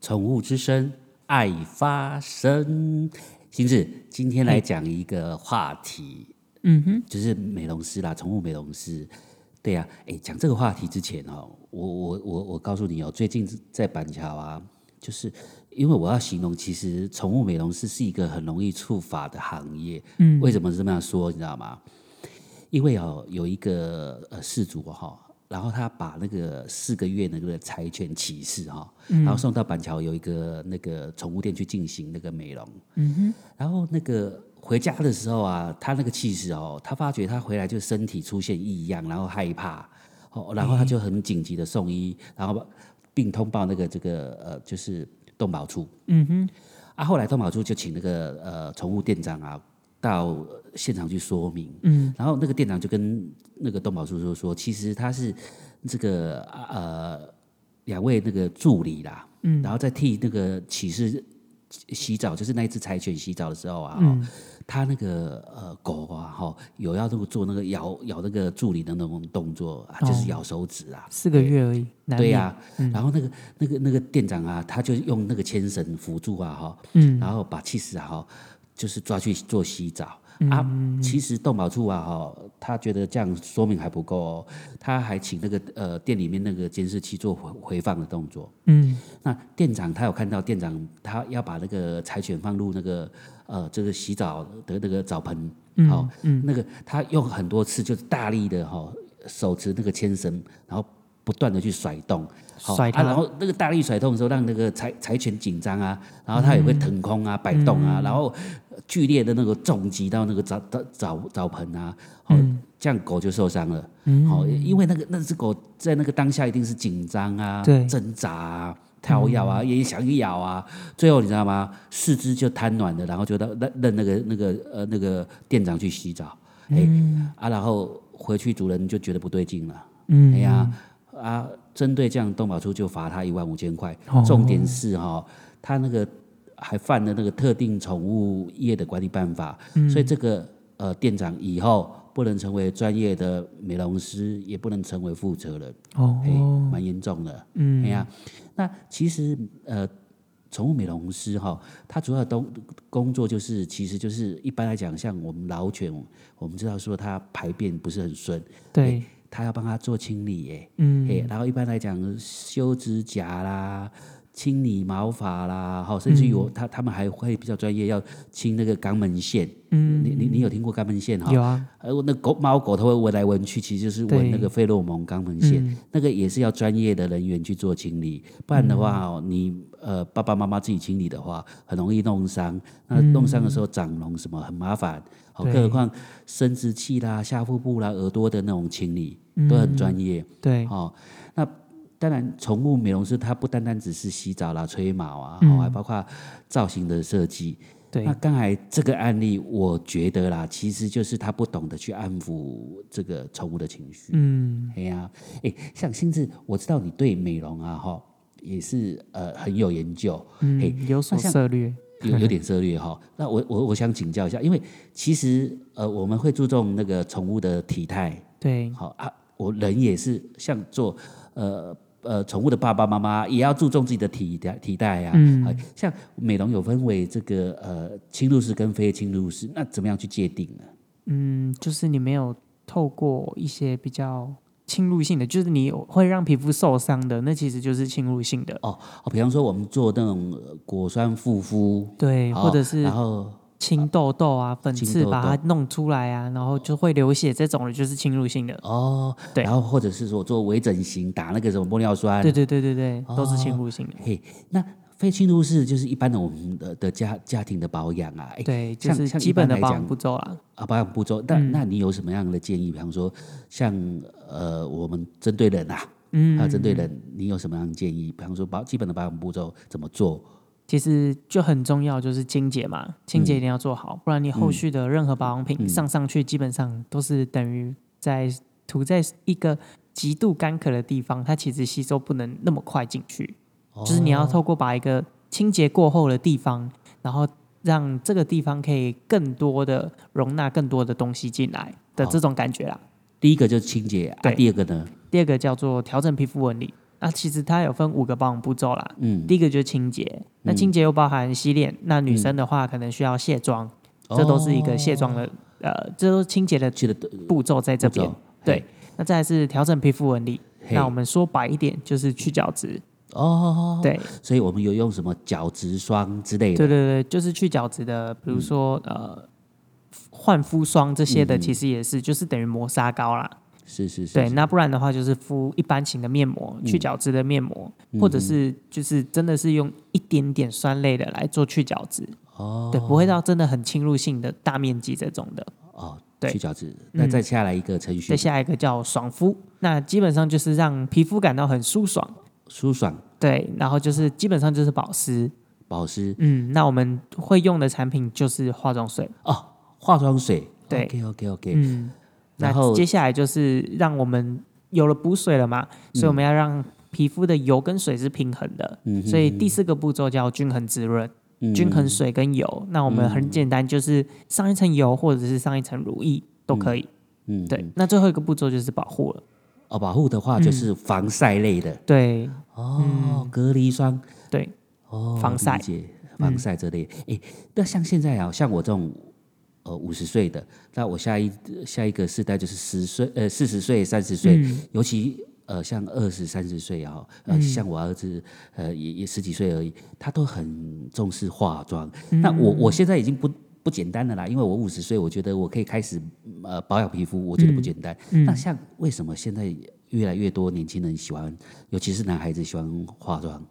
宠物之声爱发声。心智今天来讲一个话题，嗯哼，就是美容师啦，宠物美容师。对呀、啊，哎，讲这个话题之前哦，我我我我告诉你哦，最近在板桥啊，就是因为我要形容，其实宠物美容师是一个很容易触法的行业。嗯为什么这么样说？你知道吗？因为哦，有一个呃事主哈、然后他把那个四个月那个柴犬骑士哈、然后送到板桥有一个那个宠物店去进行那个美容。嗯然后那个回家的时候啊，他那个气势哦，他发觉他回来就身体出现异样，然后害怕，哦，然后他就很紧急的送医，然后并通报那个这个呃，就是动保处。哼，嗯哼，啊，后来动保处就请那个呃宠物店长啊到呃现场去说明，嗯，然后那个店长就跟那个动保处说说，其实他是这个呃两位那个助理啦，嗯，然后在替那个骑士洗澡，就是那一只柴犬洗澡的时候啊，哦嗯他那个呃狗啊哈、有要那个做那个咬咬那个助理的那种动作啊，哦就是咬手指啊，四个月而已，难对免嗯呀、然后那个那个那个店长啊，他就用那个牵绳扶住啊哈，嗯然后把气势啊哈，就是抓去做洗澡。嗯啊，其实动保处啊，哈，他觉得这样说明还不够哦，他还请那个呃店里面那个监视器做回回放的动作。嗯那店长他有看到店长他要把那个柴犬放入那个呃这个洗澡的那个澡盆，嗯好、嗯那个他用很多次就是大力的哈、手持那个牵绳，然后不断的去甩动，好甩它啊，然后那个大力甩动的时候，让那个柴柴犬紧张啊，然后它也会嗯腾空啊、摆动啊，然后剧烈的那个重击到那个澡澡澡澡盆啊，好、这样狗就受伤了。好、因为那个那只狗在那个当下一定是紧张啊，对挣扎啊，跳跃啊，也想咬啊，最后你知道吗？四肢就瘫软了，然后就让让让那个那个呃那个店长去洗澡，哎、啊，然后回去主人就觉得不对劲了，嗯，哎呀啊，针对这样动保处就罚他一万五千块，哦重点是哈、他那个还犯了那个特定宠物业的管理办法，嗯所以这个呃店长以后不能成为专业的美容师，也不能成为负责人，哦哎、蛮严重的。哎嗯呀、那其实呃，宠物美容师哈、他主要都工作就是，其实就是一般来讲，像我们老犬，我们知道说它排便不是很顺，对他要帮它做清理耶。嗯嘿，然后一般来讲，修指甲啦。清理毛发啦，哈，甚至于我他他们还会比较专业，要清那个肛门腺。嗯你你你有听过肛门腺哈？有啊呃，那狗猫狗它会闻来闻去，其实就是闻对那个费洛蒙肛门腺，嗯那个也是要专业的人员去做清理，不然的嗯话、哦，你呃爸爸妈妈自己清理的话，很容易弄伤。那弄伤的时候长脓什么很麻烦，好、嗯对更何况生殖器啦、下腹部啦、耳朵的那种清理都很专业。嗯对哦，那当然，宠物美容师它不单单只是洗澡啦、吹毛啊，嗯哦，还包括造型的设计。对那刚才这个案例，我觉得啦，其实就是他不懂得去安抚这个宠物的情绪。嗯哎呀、哎，像甚至我知道你对美容啊，哈，也是呃很有研究，嘿嗯有所那像涉略，有有点涉略哈。那我我我想请教一下，因为其实呃我们会注重那个宠物的体态，对好啊，我人也是像做呃呃宠物的爸爸妈妈，也要注重自己的体态体态呀、啊。嗯好，像美容有分为这个呃侵入式跟非侵入式，那怎么样去界定呢？嗯，就是你没有透过一些比较侵入性的，就是你会让皮肤受伤的，那其实就是侵入性的，哦，比方说我们做那种呃果酸护肤，对，好或者是然后青痘痘啊、粉青刺痘把它弄出来啊，然后就会流血，这种的就是侵入性的。哦，对然后或者是说做微整形，打那个什么玻尿酸，对对对对对，都是哦侵入性的。嘿，那非侵入式就是一般的我们的的家家庭的保养啊，哎，对，嗯就像是像一基本般的来保讲养步骤啦。啊，保养步骤，那、那你有什么样的建议？比方说，像呃，我们针对人啊，嗯还有针对人，你有什么样的建议？比方说保基本的保养步骤怎么做？其实就很重要，就是清洁嘛，清洁一定要做好，不然你后续的任何保养品上上去，基本上都是等于在涂在一个极度干渴的地方，它其实吸收不能那么快进去。哦就是你要透过把一个清洁过后的地方，然后让这个地方可以更多的容纳更多的东西进来的这种感觉啦。第一个就是清洁，啊，对第二个呢？第二个叫做调整皮肤纹理，那其实它有分五个保养步骤啦。嗯，第一个就是清洁，那清洁又包含洗脸。那女生的话，可能需要卸妆，嗯这都是一个卸妆的，呃，这都是清洁的去的步骤在这步骤边。对，那再来是调整皮肤纹理。哦嘿那我们说白一点，就是去角质。哦，对，所以我们有用什么角质霜之类的，对对对，就是去角质的，比如说、呃，焕肤霜这嗯些的，其实也是、就是等于磨砂膏啦。是是是，对，是嗯那不然的话就是敷一般型的面膜、去角质的面膜，或者是就是真的是用一点点酸类的来做去角质，哦对，不会到真的很侵入性的大面积这种的。哦，对嗯去角质，那再下来一个程序再，下一个叫爽肤，那基本上就是让皮肤感到很舒爽，舒爽对，然后就是基本上就是保湿，保湿嗯，那我们会用的产品就是化妆水，哦，化妆水，对，OK OK OK，嗯，然那后接下来就是让我们有了补水了嘛，嗯所以我们要让皮肤的油跟水是平衡的，嗯哼所以第四个步骤叫均衡滋润，嗯均衡水跟油。那我们很简单，就是上一层油或者是上一层乳液都可以。嗯对，那最后一个步骤就是保护了。哦，保护的话就是防晒类的对，嗯哦，隔离霜对，哦，防晒嗯理解防晒这类，诶，那像现在啊，像我这种。呃，五十岁的，那我下一下一个世代就是十岁，呃，四十岁、三十岁，嗯尤其呃，像二十三十岁啊，呃，像我儿子，呃，也也十几岁而已，他都很重视化妆。嗯那我我现在已经不不简单了啦，因为我五十岁，我觉得我可以开始呃保养皮肤，我觉嗯得不简单。那像为什么现在越来越多年轻人喜欢，尤其是男孩子喜欢化妆？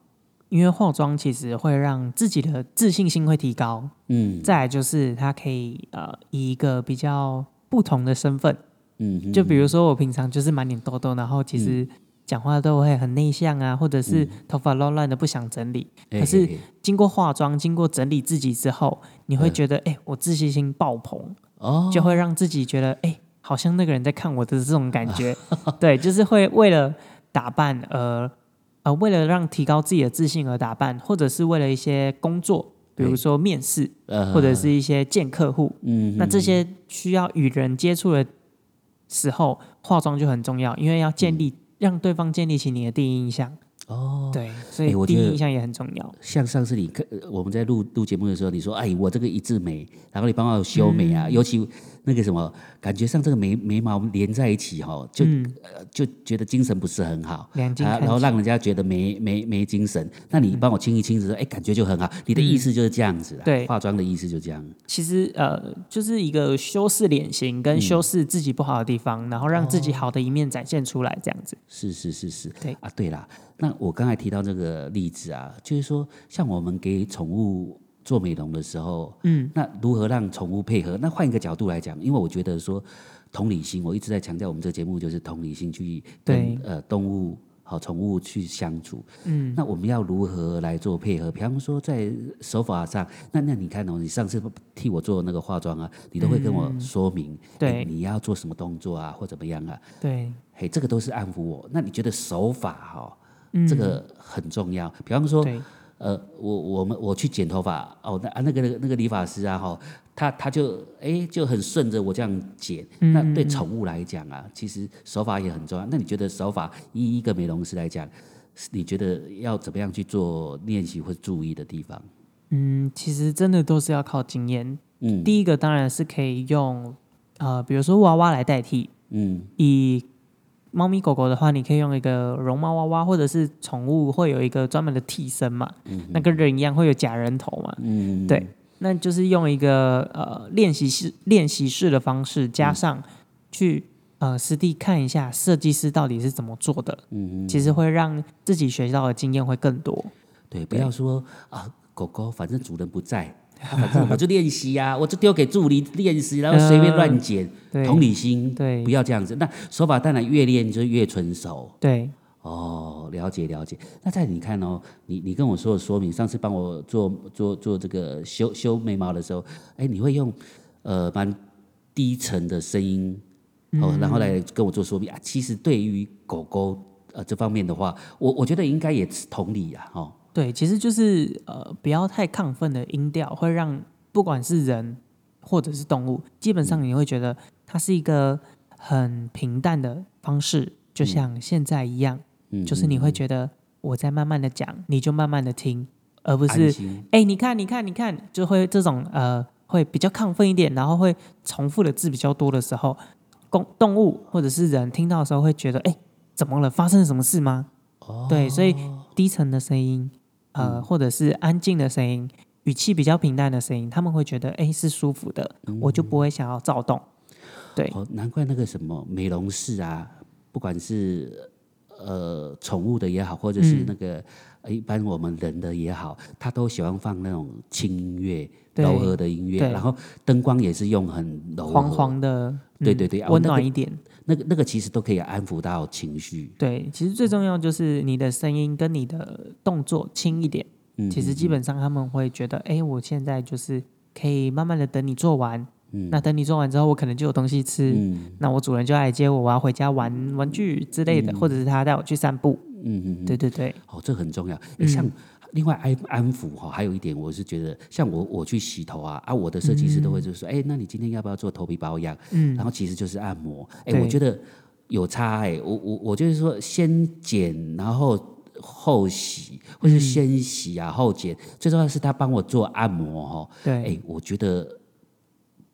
因为化妆其实会让自己的自信心会提高，嗯再来就是它可以呃以一个比较不同的身份，嗯哼，就比如说我平常就是满脸痘痘，然后其实讲话都会很内向啊，或者是嗯头发乱乱的不想整理。哎可是哎哎经过化妆、经过整理自己之后，你会觉得哎、我自信心爆棚，嗯哦，就会让自己觉得哎、好像那个人在看我的这种感 觉。对，就是会为了打扮而呃，为了让提高自己的自信而打扮，或者是为了一些工作，比如对说面试，呃或者是一些见客户，嗯那这些需要与人接触的时候，化妆就很重要，因为要建立、让对方建立起你的第一印象。嗯哦，对，所哎以我第觉一得印象也很重要。像上次你看呃我们在录录节目的时候，你说哎，我这个一字眉，然后你帮我修眉嗯啊，尤其那个什么，感觉上这个眉眉毛连在一起哈、哦，就、呃就觉得精神不是很好。嗯两斤啊，看嗯然后齐让人家觉得没没没精神，那你帮我清一清的时候，哎、感觉就很好。你的意思就是这样子啦，嗯对化妆的意思就这样。其实呃，就是一个修饰脸型跟修饰自己不好的地方，然后让自己好的一面展现出来，这样子。是是是是，对啊，对啦。那我刚才提到这个例子啊，就是说，像我们给宠物做美容的时候，嗯，那如何让宠物配合？那换一个角度来讲，因为我觉得说同理心，我一直在强调我们这个节目就是同理心去跟对呃动物。好，宠物去相处，嗯，那我们要如何来做配合？比方说在手法上，那那你看哦，你上次替我做那个化妆啊，你都会跟我说明，嗯对哎你要做什么动作啊，或怎么样啊，对，嘿，这个都是安抚我。那你觉得手法哈、这个很重要？比方说，嗯对，呃，我我们我去剪头发哦，那啊那个那个那个理发师啊哈、他他就哎就很顺着我这样剪。那对嗯宠物来讲啊，其实手法也很重要。那你觉得手法依一个美容师来讲，是你觉得要怎么样去做练习或注意的地方？嗯，其实真的都是要靠经验。嗯第一个当然是可以用呃，比如说娃娃来代替，嗯以猫咪狗狗的话，你可以用一个绒毛娃娃，或者是宠物会有一个专门的替身嘛，那跟人一样会有假人头嘛，嗯，对，那就是用一个呃练习式练习式的方式，加嗯上去呃实地看一下设计师到底是怎么做的，嗯其实会让自己学到的经验会更多。对，不要说啊，狗狗反正主人不在，啊反正我就练习呀、我就丢给助理练习，然后随呃便乱剪。对，同理心，对不要这样子。那手法当然越练就越纯熟对，哦，了解了解。那再你看哦，你你跟我说的说明，上次帮我做做做这个修修眉毛的时候，哎，你会用呃蛮低沉的声音哦，嗯然后来跟我做说明啊。其实对于狗狗呃这方面的话，我我觉得应该也是同理啊，哦。对，其实就是呃，不要太亢奋的音调，会让不管是人或者是动物，基本上你会觉得它是一个很平淡的方式，就像现在一样。嗯就是你会觉得我在慢慢的讲，你就慢慢的听，而不不是哎、你看，你看，你看，就会这种呃，会比较亢奋一点，然后会重复的字比较多的时候，公动物或者是人听到的时候会觉得，哎、怎么了？发生了什么事吗？哦嗯对，所以低沉的声音，呃，或者是安静的声音，语气比较平淡的声音，他们会觉得，哎、是舒服的，嗯我就不会想要躁动。对哦，难怪那个什么美容室啊，不管是呃宠物的也好，或者是嗯那个、呃一般我们人的也好，他都喜欢放那种轻音乐、对柔和的音乐，对然后灯光也是用很柔和，黄黄的，嗯对对对啊温那个暖一点。那个那个其实都可以安抚到情绪。对，其实最重要就是你的声音跟你的动作轻一点。嗯，其实基本上他们会觉得，哎、我现在就是可以慢慢的等你做完，嗯那等你做完之后，我可能就有东西吃，嗯那我主人就来接我，我要回家玩玩具之类的，或者是他带我去散步，嗯嗯嗯，对对对，哦，这很重要。诶嗯像另外安安抚哈、还有一点我是觉得，像我我去洗头啊啊，我的设计师都会就说，哎、那你今天要不要做头皮保养？嗯然后其实就是按摩。哎、对我觉得有差哎、我我我就是说先剪，然后。后洗，或嗯是先洗啊，后剪，最重要的是他帮我做按摩哦。对，哎、我觉得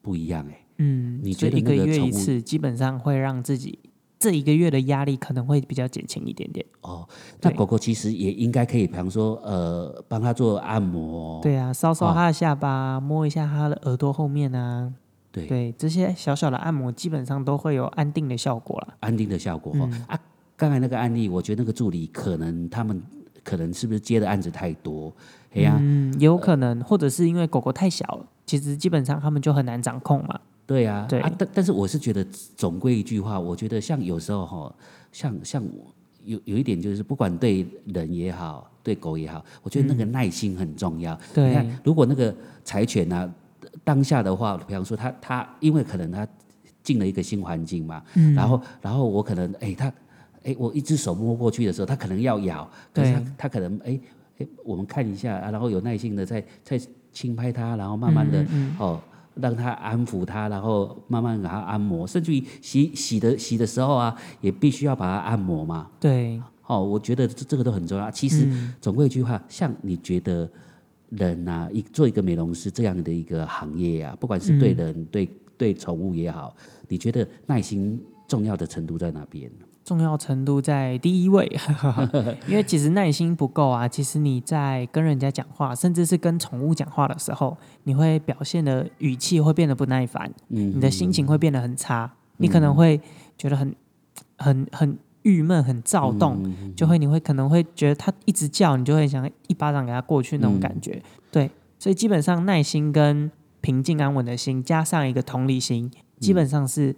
不一样哎、嗯，你所以觉得一个那个月宠一物次，基本上会让自己这一个月的压力可能会比较减轻一点点。哦，那对狗狗其实也应该可以，比方说呃，帮它做按摩、哦。对啊，搔哦搔他的下巴，摸一下他的耳朵后面啊，对对，这些小小的按摩基本上都会有安定的效果啦。安定的效果哈、啊，刚才那个案例，我觉得那个助理可能他们可能是不是接的案子太多？哎呀、嗯，也有可能，或者是因为狗狗太小了，其实基本上他们就很难掌控嘛。对呀、啊，对但但是我是觉得总归一句话，我觉得像有时候哈、像像我有有一点就是，不管对人也好，对狗也好，我觉得那个耐心很重要。你嗯对看，如果那个柴犬啊，当下的话，比方说它它，因为可能它进了一个新环境嘛，嗯然后然后我可能哎它哎我一只手摸过去的时候，它可能要咬，可是它对它可能哎哎我们看一下，啊然后有耐心的再再轻拍它，然后慢慢的、嗯哦。让它安抚它，然后慢慢给它按摩，甚至于洗洗的洗的时候啊，也必须要把它按摩嘛。对，哦，我觉得这这个都很重要。其实嗯总归一句话，像你觉得人啊，一做一个美容师这样的一个行业啊，不管是嗯对人、对对宠物也好，你觉得耐心重要的程度在哪边？重要程度在第一位，因为其实耐心不够啊。其实你在跟人家讲话，甚至是跟宠物讲话的时候，你会表现的语气会变得不耐烦，嗯你的心情会变得很差，你可能会觉得很、很、很郁闷、很躁嗯动，就会你会可能会觉得它一直叫，你就会想一巴掌给它过去那种嗯感觉。对，所以基本上耐心跟平静安稳的心，加上一个同理心，基本上是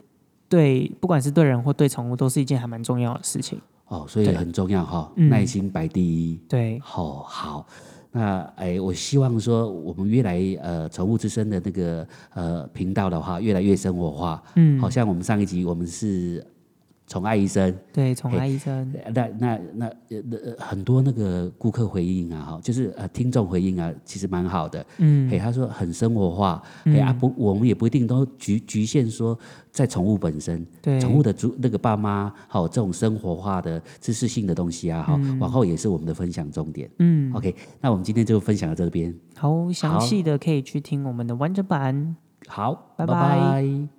对不管是对人或对宠物，都是一件还蛮重要的事情。哦，所以对很重要哈、嗯耐心摆第一。对，哦，好，那哎，我希望说我们越来呃宠物之声的那个呃频道的话，越来越生活化。嗯，好像我们上一集我们是宠爱医生。对，宠爱医生，那那那呃呃很多那个顾客回应啊，哈，就是呃听众回应啊，其实蛮好的。嗯嘿，他说很生活化，嘿啊不，我们也不一定都局局限说在宠物本身，对，宠物的主那个爸妈，好、这种生活化的知识性的东西啊，哈、往后也是我们的分享重点。嗯， OK，那我们今天就分享到这边，好详细的可以去听我们的完整版。好，拜拜拜拜